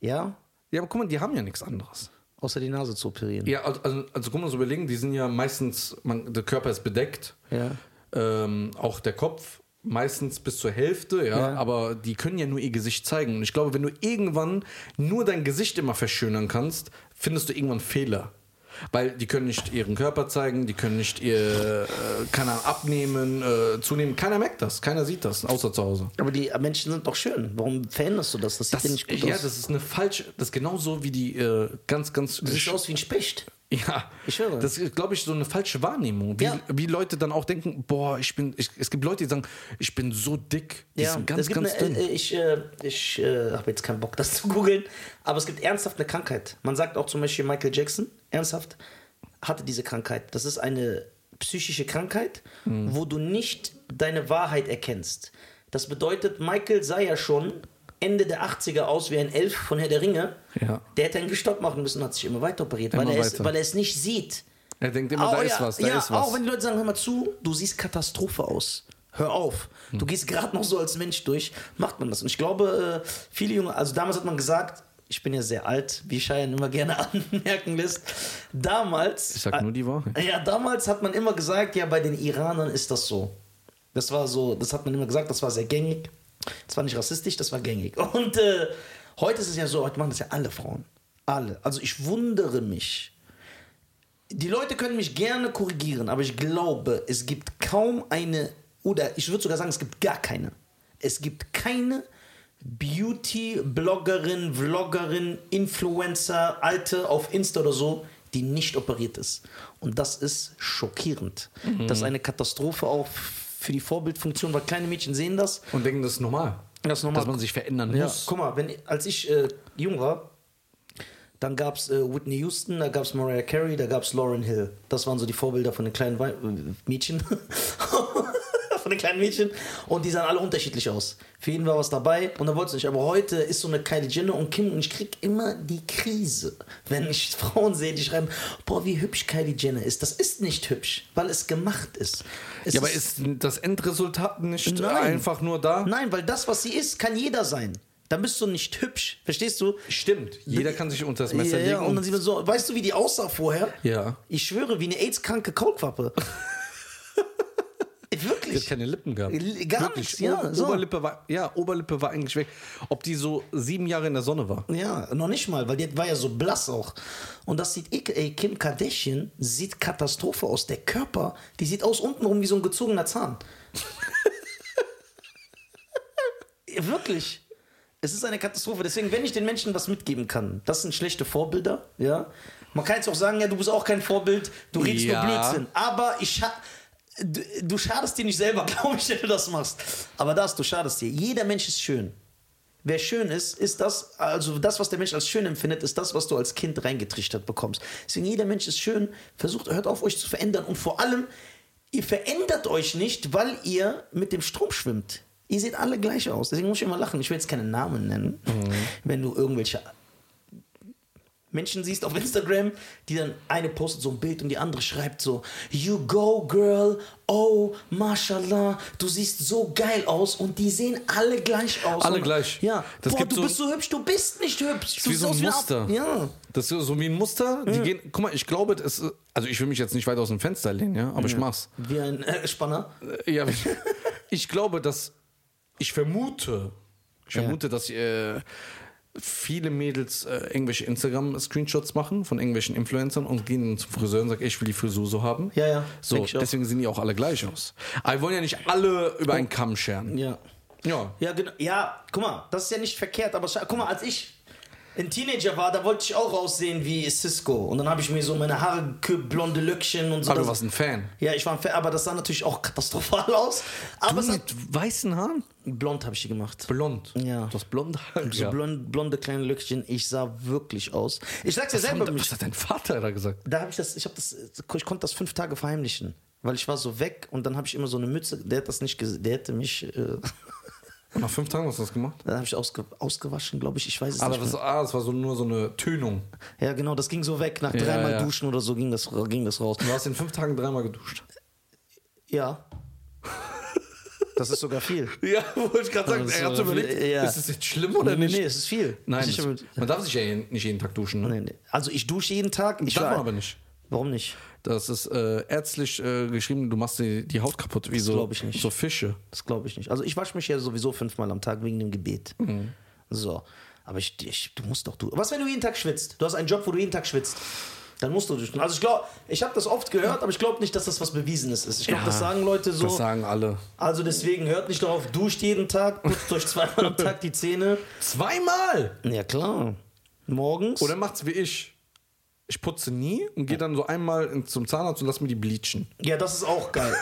Ja, Ja, aber guck mal, die haben ja nichts anderes. außer die Nase zu operieren. Ja, also, also, also guck mal, so überlegen, die sind ja meistens, man, der Körper ist bedeckt. Ja. Ähm, auch der Kopf meistens bis zur Hälfte, ja, Ja. aber die können ja nur ihr Gesicht zeigen. Und ich glaube, wenn du irgendwann nur dein Gesicht immer verschönern kannst, findest du irgendwann Fehler. Weil die können nicht ihren Körper zeigen, die können nicht ihr, äh, keine Ahnung, abnehmen, äh, zunehmen. Keiner merkt das, keiner sieht das, außer zu Hause. Aber die Menschen sind doch schön. Warum veränderst du das? Das sieht ja nicht gut ja, aus. das ist eine falsche, das ist genauso wie die äh, ganz, ganz. Du siehst aus wie ein Specht. Ja, Ich höre. Das ist, glaube ich, so eine falsche Wahrnehmung. Wie, Ja. wie Leute dann auch denken, boah, ich bin, ich, es gibt Leute, die sagen, ich bin so dick, die Ja, sind ganz, es gibt ganz eine, dünn. äh, ich äh, ich äh, habe jetzt keinen Bock, das zu googeln, aber es gibt ernsthaft eine Krankheit. Man sagt auch zum Beispiel Michael Jackson, ernsthaft, hatte diese Krankheit. Das ist eine psychische Krankheit, Mhm. wo du nicht deine Wahrheit erkennst. Das bedeutet, Michael sah ja schon Ende der 80er aus wie ein Elf von Herr der Ringe. Ja. Der hätte einen gestoppt machen müssen und hat sich immer weiter operiert, Immer weil, er weiter. Es, weil er es nicht sieht. er denkt immer, Ah, da oh ist was, da ja, ist was. Auch wenn die Leute sagen, hör mal zu, du siehst Katastrophe aus. Hör auf. Hm. Du gehst gerade noch so als Mensch durch, macht man das. Und ich glaube, äh, viele junge, also damals hat man gesagt, ich bin ja sehr alt, wie Cheyenne immer gerne anmerken lässt. Damals. äh, Ich sag nur die Wahrheit. Ja, damals hat man immer gesagt, ja, bei den Iranern ist das so. Das war so, das hat man immer gesagt, das war sehr gängig. Das war nicht rassistisch, das war gängig. Und äh, heute ist es ja so, heute machen das ja alle Frauen. Alle. Also ich wundere mich. Die Leute können mich gerne korrigieren, aber ich glaube, es gibt kaum eine, oder ich würde sogar sagen, es gibt gar keine. Es gibt keine Beauty-Bloggerin, Vloggerin, Influencer, Alte auf Insta oder so, die nicht operiert ist. Und das ist schockierend. Das ist eine Katastrophe auch für die Vorbildfunktion, weil kleine Mädchen sehen das. Und denken, das ist normal. Das ist normal. Dass man sich verändern Ja, muss. guck mal, wenn, als ich äh, jung war, dann gab es äh, Whitney Houston, da gab es Mariah Carey, da gab es Lauren Hill. Das waren so die Vorbilder von den kleinen Wei äh, Mädchen. von den kleinen Mädchen. Und die sahen alle unterschiedlich aus. Für jeden war was dabei und da wollte es nicht. Aber heute ist so eine Kylie Jenner und Kim und ich krieg immer die Krise, wenn ich Frauen sehe, die schreiben, boah, wie hübsch Kylie Jenner ist. Das ist nicht hübsch, weil es gemacht ist. Es Ja, aber ist das Endresultat nicht Nein. einfach nur da? Nein, weil das, was sie ist, kann jeder sein. Dann bist du nicht hübsch, verstehst du? Stimmt, jeder kann sich unter das Messer ja, legen. ja, und dann sieht man so, weißt du, wie die aussah vorher? Ja. Ich schwöre, wie eine AIDS-kranke Kaulquappe. Die hat Wirklich. keine Lippen gehabt. Gar nichts, ja, Ober- so. Oberlippe war, ja, Oberlippe war eigentlich weg. Ob die so sieben Jahre in der Sonne war. Ja, noch nicht mal, weil die war ja so blass auch. Und das sieht ich, ey, Kim Kardashian sieht Katastrophe aus. Der Körper, die sieht aus untenrum wie so ein gezogener Zahn. Ja, Wirklich. Es ist eine Katastrophe. Deswegen, wenn ich den Menschen was mitgeben kann, das sind schlechte Vorbilder, ja. Man kann jetzt auch sagen, ja, du bist auch kein Vorbild, du redest Ja. nur Blödsinn. Aber ich scha- du, du schadest dir nicht selber, glaube ich, wenn du das machst. Aber das, du schadest dir. Jeder Mensch ist schön. Wer schön ist, ist das, also das, was der Mensch als schön empfindet, ist das, was du als Kind reingetrichtert bekommst. Deswegen, jeder Mensch ist schön. Versucht, hört auf, euch zu verändern. Und vor allem, ihr verändert euch nicht, weil ihr mit dem Strom schwimmt. Ihr seht alle gleich aus. Deswegen muss ich immer lachen. Ich will jetzt keine Namen nennen, wenn du irgendwelche Menschen siehst auf Instagram, die dann eine postet so ein Bild und die andere schreibt so, You go girl, oh, mashallah, du siehst so geil aus und die sehen alle gleich aus. Alle und, gleich. Ja, Das boah, gibt du so- bist so hübsch, du bist nicht hübsch. Du wie so ein siehst aus Muster. Wie ein Ab- ja. Das ist so wie ein Muster. Die gehen, guck mal, ich glaube, es ist, also ich will mich jetzt nicht weit aus dem Fenster lehnen, ja, aber ich mach's. Wie ein äh, Spanner. Äh, Ja, ich, ich glaube, dass ich vermute, ich vermute, dass äh, viele Mädels äh, irgendwelche Instagram-Screenshots machen von irgendwelchen Influencern und gehen dann zum Friseur und sagen, ey, ich will die Frisur so haben. Ja, ja, So, denk ich auch. deswegen sehen die auch alle gleich aus. Aber wir wollen ja nicht alle über einen Kamm scheren. Ja. Ja. Ja, genau. Ja, guck mal, das ist ja nicht verkehrt, aber scha- guck mal, als ich ein Teenager war, da wollte ich auch aussehen wie Cisco. Und dann habe ich mir so meine Haare gekürzt, blonde Löckchen und so. Aber du Das- warst ein Fan. Ja, ich war ein Fan, aber das sah natürlich auch katastrophal aus. Aber es hat, weißen Haaren? blond habe ich die gemacht. Blond. Ja. Du hast blonde Haare. So blond, blonde kleine Löckchen, ich sah wirklich aus. Ich sag's dir selber, Und, was hat dein Vater da gesagt? da habe ich das, ich habe das, ich konnte das fünf Tage verheimlichen, weil ich war so weg und dann habe ich immer so eine Mütze. Der hat das nicht, gese- der hätte mich, äh, Und nach fünf Tagen hast du das gemacht? dann habe ich ausge, ausgewaschen, glaube ich. Ich weiß es Aber nicht. das, ah, das war so nur so eine Tönung. Ja, genau, das ging so weg. Nach dreimal ja. Duschen oder so ging das, ging das raus. Du hast in fünf Tagen dreimal geduscht. Ja. Das ist sogar viel. Ja, wollte ich gerade sagen. Also, er hat so überlegt, ja. ist das jetzt schlimm oder nee, nicht? nee, es ist viel. Nein, ich, das, man darf sich ja jeden- nicht jeden Tag duschen. Ne? nee, nee. Also ich dusche jeden Tag. Ich Darf war- man aber nicht. Warum nicht? Das ist äh, ärztlich äh, geschrieben, du machst die, die Haut kaputt, wie so, glaub ich nicht. so Fische. Das glaube ich nicht. Also ich wasche mich ja sowieso fünfmal am Tag wegen dem Gebet. Mhm. So. Aber ich, ich, du musst doch du. Was, wenn du jeden Tag schwitzt? Du hast einen Job, wo du jeden Tag schwitzt. Dann musst du duschen. Also ich glaube, ich habe das oft gehört, aber ich glaube nicht, dass das was Bewiesenes ist. Ich glaube, das sagen Leute so. Das sagen alle. Also deswegen hört nicht darauf, duscht jeden Tag, putzt euch zweimal am Tag die Zähne. Zweimal! Ja klar. Morgens. Oder macht's wie ich. Ich putze nie und gehe dann so einmal in, zum Zahnarzt und lass mir die bleachen. Ja, das ist auch geil.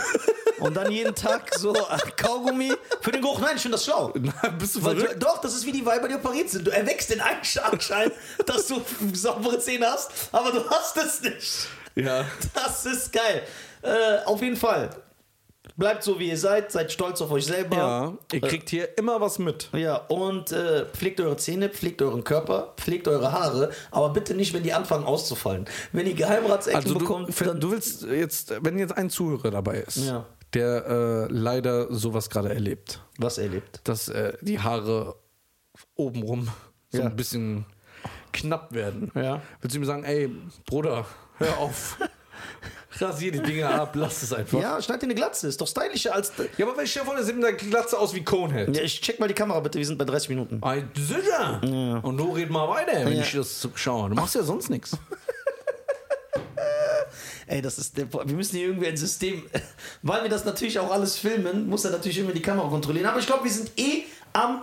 Und dann jeden Tag so äh, Kaugummi für den Geruch. Nein, ich finde das schlau. Na, bist du Weil verrückt? du, doch, das ist wie die Weiber, die operiert sind. Du erweckst den Ansch- Anschein, dass du saubere Zähne hast, aber du hast es nicht. Ja. Das ist geil. Äh, auf jeden Fall. Bleibt so, wie ihr seid. Seid stolz auf euch selber. ja. Ihr kriegt hier immer was mit. Ja, und äh, pflegt eure Zähne, pflegt euren Körper, pflegt eure Haare, aber bitte nicht, wenn die anfangen auszufallen. Wenn ihr Geheimratsecken Also du, bekommt, dann du willst jetzt, wenn jetzt ein Zuhörer dabei ist, Ja. der äh, leider sowas gerade erlebt, was erlebt. dass äh, die Haare obenrum so Ja. ein bisschen knapp werden. Ja. Willst du ihm sagen, ey, Bruder, hör auf. Rasier die Dinger ab, lass es einfach. Ja, Ja, schneid dir eine Glatze, ist doch stylischer als. aber wenn ich dir vorne sieht mit der Glatze aus wie Conehead. Ja, ich check mal die Kamera bitte, wir sind bei 30 Minuten. Ey, sicher. Und du red mal weiter, wenn Ja. ich das schaue. Du machst ja sonst nichts. Ey, das ist der, wir müssen hier irgendwie ein System, weil wir das natürlich auch alles filmen, muss er natürlich immer die Kamera kontrollieren. Aber ich glaube, wir sind eh am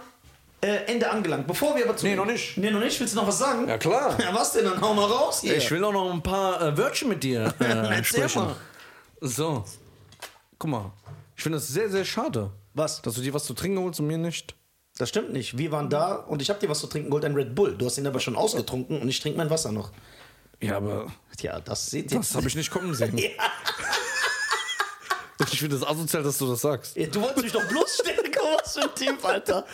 äh, Ende angelangt. Bevor wir aber zu Nee, noch nicht. Nee, noch nicht. Willst du noch was sagen? Ja, klar. Ja, was denn? Dann hau mal raus hier. Ich will auch noch ein paar äh, Wörtchen mit dir äh, Erzähl sprechen. mal. So. Guck mal. Ich finde das sehr, sehr schade. Was? Dass du dir was zu trinken holst und mir nicht. Das stimmt nicht. Wir waren da und ich hab dir was zu trinken geholt, ein Red Bull. Du hast ihn aber schon ausgetrunken und ich trinke mein Wasser noch. Ja, aber Tja, das seht ihr. das habe ich nicht kommen sehen. Ich finde das asozial, dass du das sagst. Ja, Du wolltest mich doch bloßstellen, Guck mal, was für ein Team, Alter.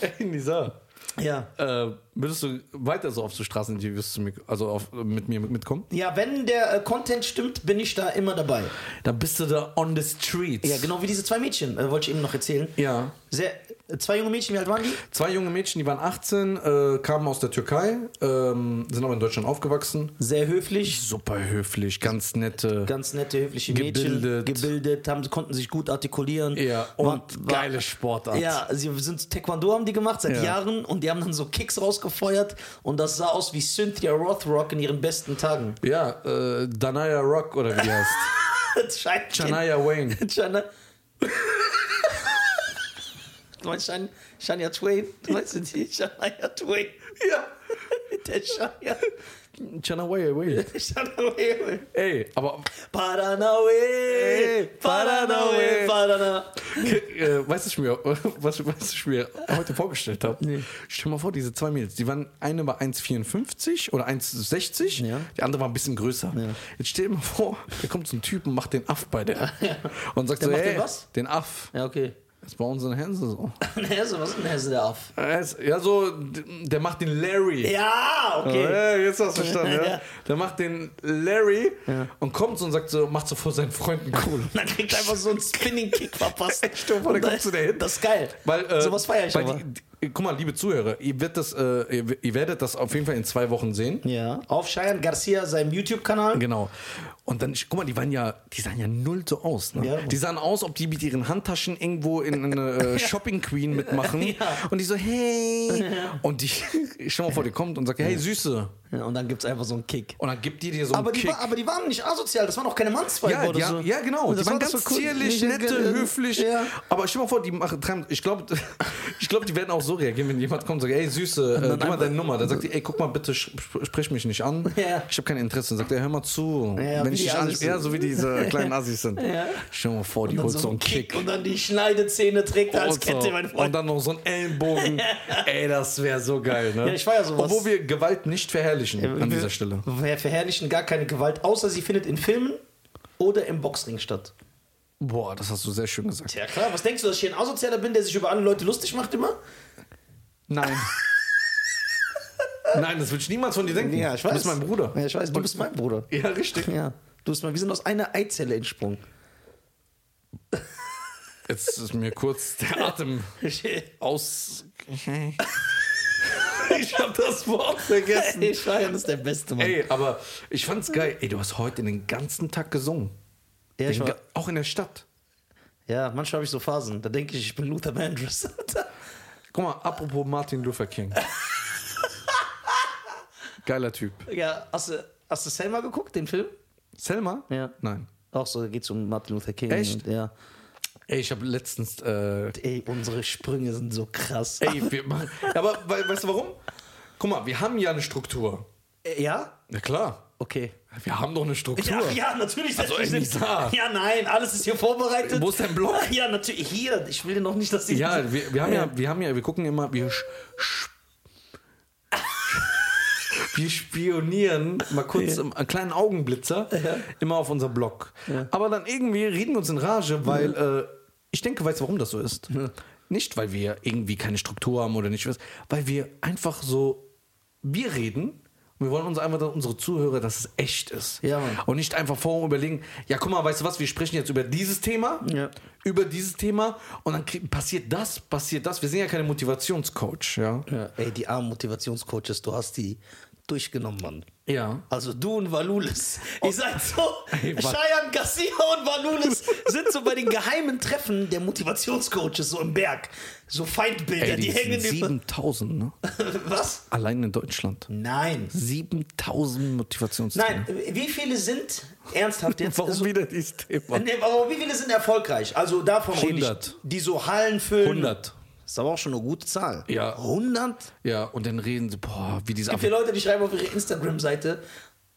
Ey, Nisa. Ja. Äh, würdest du weiter so auf so Straßeninterviews zu mir, also auf, mit mir mitkommen? Ja, wenn der äh, Content stimmt, bin ich da immer dabei. Dann bist du da on the streets. Ja, genau wie diese zwei Mädchen, äh, wollte ich eben noch erzählen. Ja. Sehr, zwei junge Mädchen, wie alt waren die? Zwei junge Mädchen, die waren 18, äh, kamen aus der Türkei, ähm, sind aber in Deutschland aufgewachsen. Sehr höflich, Super höflich, ganz nette. ganz nette, höfliche Mädchen. Gebildet. Gebildet, haben, konnten sich gut artikulieren. Ja, War- und war- geile Sportart. Ja, sie sind Taekwondo haben die gemacht seit Ja. Jahren und die haben dann so Kicks rausgefeuert und das sah aus wie Cynthia Rothrock in ihren besten Tagen. Ja, äh, Danaya Rock oder wie die heißt. Das scheint Danaya Wayne. China. Du meinst Shan- Shania Twain? Du meinst die Shania Twain? Ja. Mit der Shania. Chanawaya Wayne. Shania Twain. Ey, aber Paranauê, Paranauê, Paraná. äh, weißt du, ich mir, was, was ich mir heute vorgestellt habe? Stell dir mal vor, diese zwei Mädels, die waren, eine war 1,54 oder 1,60, Ja. die andere war ein bisschen größer. Jetzt stell dir mal vor, da kommt so ein Typ und macht den Aff bei der. Und sagt Der so, macht hey, den was? den Aff. Ja, okay. Das bei unseren Hänsen so. Hesse, was ist denn Hesse der auf? Er ist- Ja, so, der macht den Larry. Oh, Ja, okay. Ja, Oh, jetzt hast du verstanden, ja. Ja. Der macht den Larry Ja. und kommt so und sagt so, macht so vor seinen Freunden cool. Dann kriegt er einfach so einen Spinning Kick verpasst. Stell dir vor, der Und kommt zu der hin. Das ist geil. Weil, äh, Sowas feiere ich weil aber. die, guck mal, liebe Zuhörer, ihr, wird das, äh, ihr, ihr werdet das auf jeden Fall in zwei Wochen sehen. Ja. Auf Cheyenne Garcia, seinem YouTube-Kanal. Genau. Und dann, guck mal, die waren ja, die sahen ja null so aus. Ne? Ja. Die sahen aus, ob die mit ihren Handtaschen irgendwo in eine äh, Shopping Queen mitmachen. Und die so, hey. Und die, ich schau mal vor, die kommt und sagt, hey, Süße. Ja, und dann gibt's einfach so einen Kick. Und dann gibt die dir so einen Aber die, Kick. war, aber die waren nicht asozial, das waren auch keine Mannsweib ja, oder die, so. haben- ja, genau. Und Die das waren war das ganz so cool. zierlich, Nicht- nette, äh, höflich. ja. Aber stell mal vor, die machen Tram. Ich glaube, ich glaub, die werden auch so reagieren, wenn jemand kommt und sagt, ey Süße, äh, gib mal deine Nummer. Dann sagt die, ey, guck mal bitte, sch- sp- sprich mich nicht an. Ja. Ich habe kein Interesse. Dann sagt er, hör mal zu. Ja, wenn wie ich die dich Assis anspreche. Ja, sind. so wie diese kleinen Assis sind. Stell mal vor, die Dann holt so einen Kick. Und dann die Schneidezähne trägt er als Und so. Kette, mein und Freund. dann noch so ein Ellenbogen. Ey, das wäre so geil, ne? Ja, ich war ja sowas. Obwohl wir Gewalt nicht verherrlichen an dieser Stelle. Wir verherrlichen gar keine Gewalt, außer sie findet in Filmen oder im Boxring statt. Boah, das hast du sehr schön gesagt. Tja, klar. Was denkst du, dass ich hier ein Asozialer bin, der sich über andere Leute lustig macht immer? Nein. Nein, das würde ich niemals von dir denken. Du bist mein Bruder. Ja, ich weiß, du bist mein Bruder. Ja, richtig. Ja. Du bist mein, wir sind aus einer Eizelle entsprungen. Jetzt ist mir kurz der Atem Ich aus. ich habe das Wort vergessen. Scheiern ist der Beste, Mann. Ey, aber ich fand's geil. Ey, du hast heute den ganzen Tag gesungen. ja, ich Den war, ga- auch in der Stadt. ja, manchmal habe ich so Phasen. Da denke ich, ich bin Luther Vandross. Alter. Guck mal, apropos Martin Luther King. Geiler Typ. ja, hast du, hast du Selma geguckt, den Film? Selma? Ja. Nein. Auch so, da geht es um Martin Luther King. Echt? Und, ja. Ey, ich habe letztens. Äh, Ey, unsere Sprünge sind so krass. ey, wir machen. Aber we weißt du warum? Guck mal, wir haben ja eine Struktur. Äh, Ja? Na klar. Okay. Wir haben doch eine Struktur. Ja, ja, natürlich. Also, natürlich. ey, Nisa. ja, nein, alles ist hier vorbereitet. Wo ist dein Block? Ja, natürlich. Hier, ich will dir noch nicht, dass die. Ja, wir, wir haben ja, wir haben ja, wir gucken immer, wir, sch, sch, wir spionieren mal kurz im- einen kleinen Augenblitzer immer auf unser Blog. Aber dann irgendwie reden wir uns in Rage, weil äh, ich denke, weißt du, warum das so ist? Nicht, weil wir irgendwie keine Struktur haben oder nicht was, weil wir einfach so, wir reden. und Wir wollen uns einfach dass unsere Zuhörer, dass es echt ist. Ja, Mann. und nicht einfach vorher überlegen, ja, guck mal, weißt du was, wir sprechen jetzt über dieses Thema, Ja. über dieses Thema und dann krieg- passiert das, passiert das. Wir sind ja keine Motivationscoach, ja. Ja, Ey, die armen Motivationscoaches, du hast die durchgenommen, Mann. Ja. Also du und Valulis, ihr seid so, Ey, was- Cheyenne Garcia und Valulis sind so bei den geheimen Treffen der Motivationscoaches so im Berg. So Feindbilder, Ey, die, die, hängen sind über... 7000, ne? Was? Allein in Deutschland. Nein. 7000 Motivationstrainer. Nein, wie viele sind, ernsthaft jetzt, Warum so, wieder dieses Thema? Äh, Nee, aber wie viele sind erfolgreich? Also davon rede ich. 100. Die so Hallen füllen. 100. Ist aber auch schon eine gute Zahl. Ja. 100? Es Ja, und dann reden sie, boah, wie diese gibt ja Leute, die schreiben auf ihre Instagram-Seite,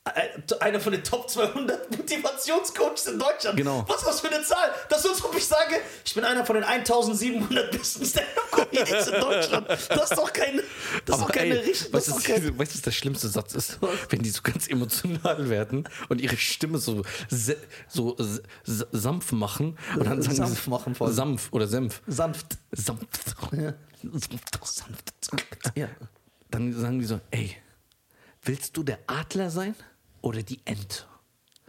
äh, einer von den Top 200 Motivationscoaches in Deutschland. Genau. Was ist das für eine Zahl? Das ist, ob ich sage, ich bin einer von den 1700 besten Stand-Up-Comedians in Deutschland. Das ist doch keine, das ist doch Aber keine ey, richtige. weißt Das du, ist doch was, keine, weißt du, was der schlimmste Satz ist? Wenn die so ganz emotional werden und ihre Stimme so, se- so s- s- sanft machen und dann sagen Sanft sie, machen vor allem. Sanft oder Senf. sanft. Sanft. Sanft. Sanft. Ja. Dann sagen die so, ey, willst du der Adler sein oder die Ente?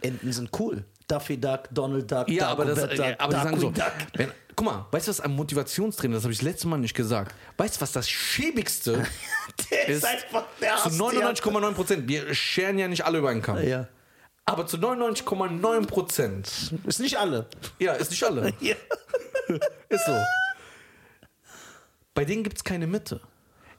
Enten sind cool. Duffy Duck, Donald Duck, Ja, aber, das, Dagobert ja, aber die sagen so, Darkwing Duck. wenn, guck mal, weißt du, was ein Motivationstrainer, das habe ich das letzte Mal nicht gesagt, weißt du, was das schäbigste Der ist, ist einfach der zu Haustier. 99,9 Prozent. Wir scheren ja nicht alle über einen Kamm. Ja. Aber zu 99,9 Prozent. Ist nicht alle. Ja, ist nicht alle. Ja. Ist so. Bei denen gibt es keine Mitte.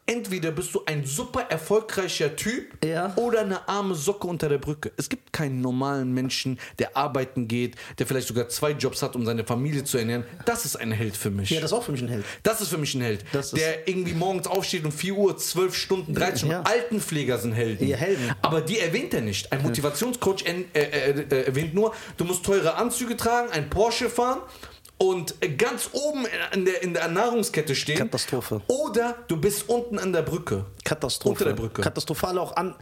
Entweder bist du ein super erfolgreicher Typ Ja. oder eine arme Socke unter der Brücke. Es gibt keinen normalen Menschen, der arbeiten geht, der vielleicht sogar zwei Jobs hat, um seine Familie zu ernähren. Das ist ein Held für mich. ja, das ist auch für mich ein Held. Das ist für mich ein Held. Das ist- der irgendwie morgens aufsteht um 4 Uhr, 12 Stunden, 13 Uhr. Ja. Altenpfleger sind Helden. Ja, Helden. Aber die erwähnt er nicht. Ein Motivationscoach en- äh, äh, äh, erwähnt nur, du musst teure Anzüge tragen, ein Porsche fahren und äh, ganz oben in der, in der Nahrungskette stehen. Katastrophe. Oder du bist unten an der Brücke. Katastrophe. Unter der Brücke. Katastrophale auch an.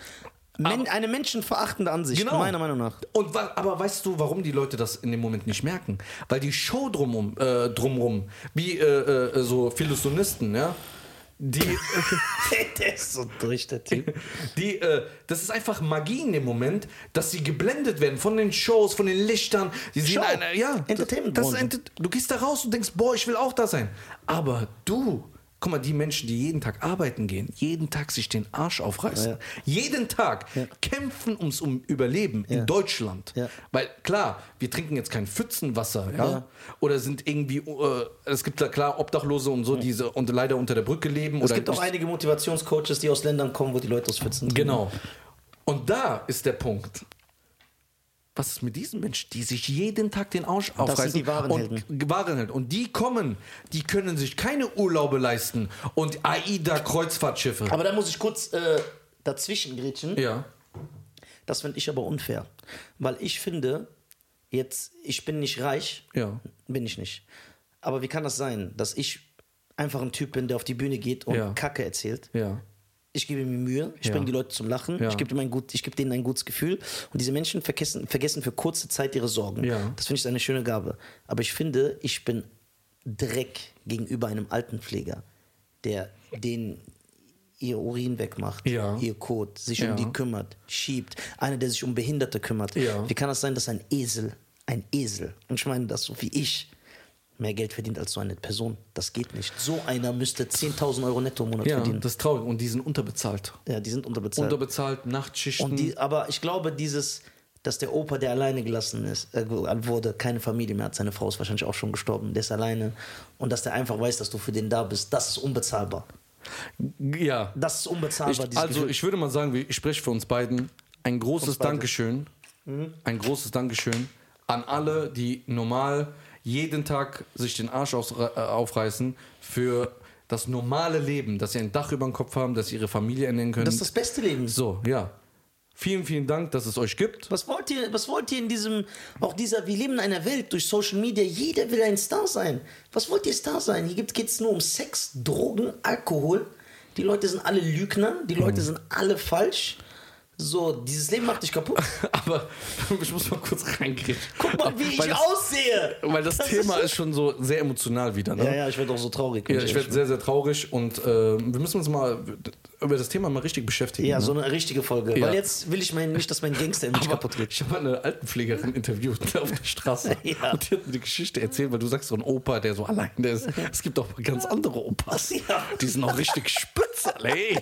Men eine menschenverachtende Ansicht, Genau. meiner Meinung nach. Und wa- aber weißt du, warum die Leute das in dem Moment nicht merken? Weil die Show drumrum, äh, drumrum wie äh, äh, so Philosophisten, ja, die der ist so durch, der Typ. Die, äh, das ist einfach Magie in dem Moment, dass sie geblendet werden von den Shows, von den Lichtern. Die sehen Show. eine, ja, Entertainment-Branche. Das ist enter du gehst da raus und denkst, boah, ich will auch da sein. Aber du Guck mal, die Menschen, die jeden Tag arbeiten gehen, jeden Tag sich den Arsch aufreißen, Ja. jeden Tag Ja. kämpfen ums um Überleben Ja. in Deutschland. Ja. Weil klar, wir trinken jetzt kein Pfützenwasser, ja? Ja. Oder sind irgendwie, äh, es gibt da klar Obdachlose und so, die so, und leider unter der Brücke leben. Es oder gibt auch einige Motivationscoaches, die aus Ländern kommen, wo die Leute aus Pfützen trinken. Genau. Und da ist der Punkt. Was ist mit diesen Menschen, die sich jeden Tag den Arsch aufreißen? die wahren und, Helden. Wahren Helden. Und die kommen, die können sich keine Urlaube leisten und AIDA-Kreuzfahrtschiffe. Aber da muss ich kurz äh, dazwischen grätschen. Ja. Das finde ich aber unfair. Weil ich finde, jetzt, ich bin nicht reich. Ja. Bin ich nicht. Aber wie kann das sein, dass ich einfach ein Typ bin, der auf die Bühne geht und Ja. Kacke erzählt? Ja. Ich gebe mir Mühe, ich Ja. bringe die Leute zum Lachen, Ja. ich, gebe ihm ein gut, ich gebe denen ein gutes Gefühl. Und diese Menschen vergessen, vergessen für kurze Zeit ihre Sorgen. Ja. Das finde ich eine schöne Gabe. Aber ich finde, ich bin Dreck gegenüber einem Altenpfleger, der den ihr Urin wegmacht, Ja. ihr Kot, sich Ja. um die kümmert, schiebt. Einer, der sich um Behinderte kümmert. Ja. Wie kann das sein, dass ein Esel, ein Esel, und ich meine das so wie ich, mehr Geld verdient als so eine Person? Das geht nicht. So einer müsste 10.000 Euro netto im Monat Ja, verdienen. das ist traurig. Und die sind unterbezahlt. Ja, die sind unterbezahlt. Unterbezahlt, Nachtschichten. und die, aber ich glaube, dieses, dass der Opa, der alleine gelassen ist, äh, wurde, keine Familie mehr hat, seine Frau ist wahrscheinlich auch schon gestorben, der ist alleine. Und dass der einfach weiß, dass du für den da bist, das ist unbezahlbar. ja. Das ist unbezahlbar, Ich, dieses also Gefühl. ich würde mal sagen, wir- ich spreche für uns beiden. Ein großes beide. Mhm. Dankeschön. Ein großes Dankeschön an alle, die normal jeden Tag sich den Arsch aus, äh, aufreißen für das normale Leben, dass sie ein Dach über dem Kopf haben, dass sie ihre Familie ernähren können. das ist das beste Leben. so, ja. Vielen, vielen Dank, dass es euch gibt. Was wollt ihr, was wollt ihr in diesem, auch dieser, wir leben in einer Welt durch Social Media, jeder will ein Star sein. Was wollt ihr Star sein? Hier geht es nur um Sex, Drogen, Alkohol. Die Leute sind alle Lügner, die Leute sind alle falsch. So, dieses Leben macht dich kaputt. Aber ich muss mal kurz reingehen. Guck mal, wie weil ich das, aussehe. Weil das, Thema ist schon so sehr emotional wieder. Ne? Ja, ja, ich werde auch so traurig. wenn Ja, ich ehrlich werde sehr, sehr traurig und äh, wir müssen uns mal über das Thema mal richtig beschäftigen. bin. ja, ne? so eine richtige Folge. Ja. Weil jetzt will ich mein, nicht, dass mein Gangster in mich Aber kaputt geht. Ich habe eine Altenpflegerin interviewt ne, auf der Straße Ja. und die hat mir die Geschichte erzählt, weil du sagst, so ein Opa, der so allein der ist. Es gibt auch ganz andere Opas. Ja. Die sind auch richtig spitz, Alter, ey.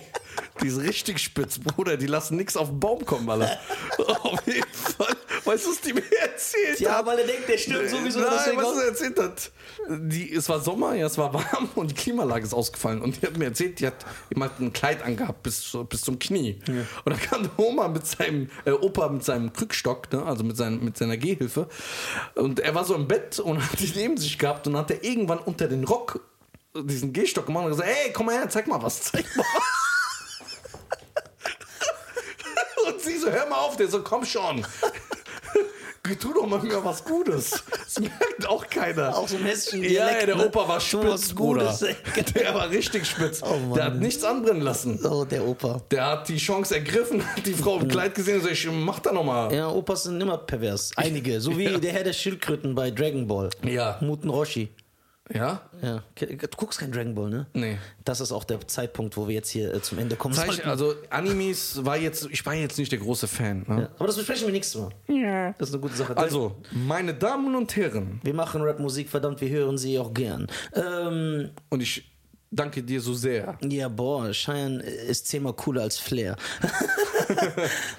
Die sind richtig spitz, Bruder. Die lassen nichts auf den Baum kommen, Alter. auf jeden Fall. Weißt du, was die mir erzählt Ja, hat? weil er denkt, der stirbt sowieso. Äh, Nein, deswegen was auch- sie erzählt hat. Die, es war Sommer, ja, es war warm und die Klimaanlage ist ausgefallen. Und die hat mir erzählt, die hat jemand ein Kleid angehabt bis, zu- bis zum Knie. Und dann kam der Oma mit seinem, äh, Opa mit seinem Krückstock, ne, also mit, seinem, mit seiner Gehhilfe. Und er war so im Bett und hat die neben sich gehabt und hat er irgendwann unter den Rock diesen Gehstock gemacht und gesagt, hey, komm mal her, zeig mal was, zeig mal was. Und sie so, hör mal auf, der so, komm schon. Tu doch mal mir was Gutes. Das merkt auch keiner. Auch so ein hässlichen Ja, Dialekt, ja, der ne? Opa war Schon spitz, was Bruder. Gutes, ey. Der war richtig spitz. Oh, Mann. der hat nichts anbrennen lassen. Oh, der Opa. Der hat die Chance ergriffen, hat die Frau im Kleid gesehen und so, ich mach da nochmal. Ja, Opas sind immer pervers. Einige. So wie der Herr der Schildkröten bei Dragon Ball. Ja. Muten Roshi. Ja? Ja. Du guckst kein Dragon Ball, ne? Nee. Das ist auch der Zeitpunkt, wo wir jetzt hier äh, zum Ende kommen Zeichen, sollten. also Animes war jetzt, ich war jetzt nicht der große Fan. Ne? ja. Aber das besprechen wir nächstes Mal. Ja. Das ist eine gute Sache. Also, meine Damen und Herren, Wir machen Rap-Musik, verdammt, wir hören sie auch gern. Ähm, und ich danke dir so sehr. Ja, boah, Cheyenne ist zehnmal cooler als Flair.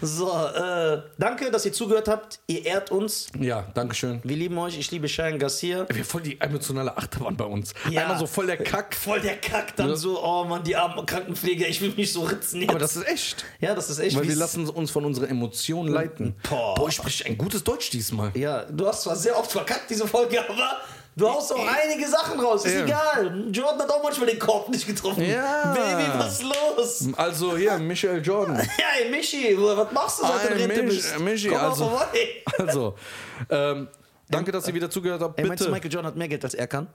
so, äh, danke, dass ihr zugehört habt. Ihr ehrt uns. Ja, Dankeschön. Wir lieben euch. Ich liebe Cheyenne Garcia. Wir voll die emotionale Achterbahn bei uns. Ja. Einmal so voll der Kack. Voll der Kack, dann so, oh Mann, die armen Krankenpfleger, ich will mich so ritzen jetzt. Aber das ist echt. ja, das ist echt Weil wir wie's- lassen uns von unserer Emotion leiten. Boah. ich spreche ein gutes Deutsch diesmal. Ja, du hast zwar sehr oft verkackt, diese Folge, aber du haust auch einige Sachen raus. Ist Ja. egal. Jordan hat auch manchmal den Korb nicht getroffen. Ja. Baby, was ist los? Also hier, Michael Jordan. Hey, Michi, was machst du, seit du in Hey, Rente Mich- bist? Michi, Komm mal also- vorbei. Also, ähm, danke, dass ihr wieder zugehört habt. Ey, meinst du, Bitte. Michael Jordan hat mehr Geld als er kann?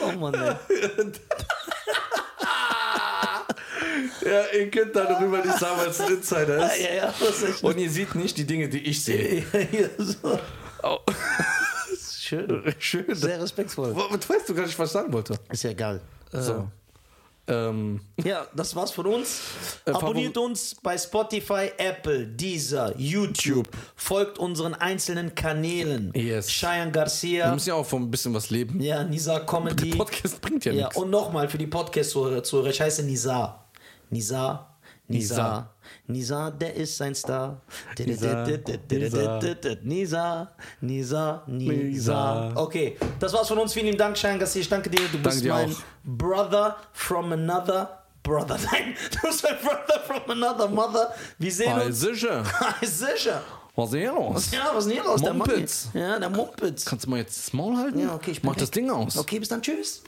oh Mann, ey. Ja, ihr könnt darüber nicht sagen, weil es ein Insider Ja, ist. ja, ja, das ist echt. Und ihr seht nicht die Dinge, die ich sehe. Ja, ja, so. Au. Schön. Schön. Sehr respektvoll. Was weißt du gar nicht, was ich sagen wollte? Ist ja egal. Äh, So. Ähm, Ja, das war's von uns. Äh, Abonniert uns bei Spotify, Apple, Deezer, YouTube. Folgt unseren einzelnen Kanälen. Yes. Cheyenne wir Garcia, müssen ja auch von ein bisschen was leben. ja, Nisa Comedy. Der Podcast bringt ja, ja, nichts. und nochmal für die Podcast-Zuhörer. Zuhörer, Ich heiße Nisa. Nisa. Nisa. Nisa, der ist ein Star. Nisa. Nisa. Nisa. Nisa. Nisa. Nisa. Okay, das war's von uns. Vielen lieben Dank, Schein Gassi. Ich danke dir. Du bist dir mein auch. Brother from another Brother. Nein, du bist mein Brother from another Mother. Wir sehen Weil uns. sicher. Sicher. Was ist denn hier los? Ja, was ist denn hier los? Der Mann. Mumpitz. hier. Ja, der Mumpitz. Kannst du mal jetzt das Maul halten? Ja, okay, ich bin Mach das weg. Ding aus. Okay, bis dann. Tschüss.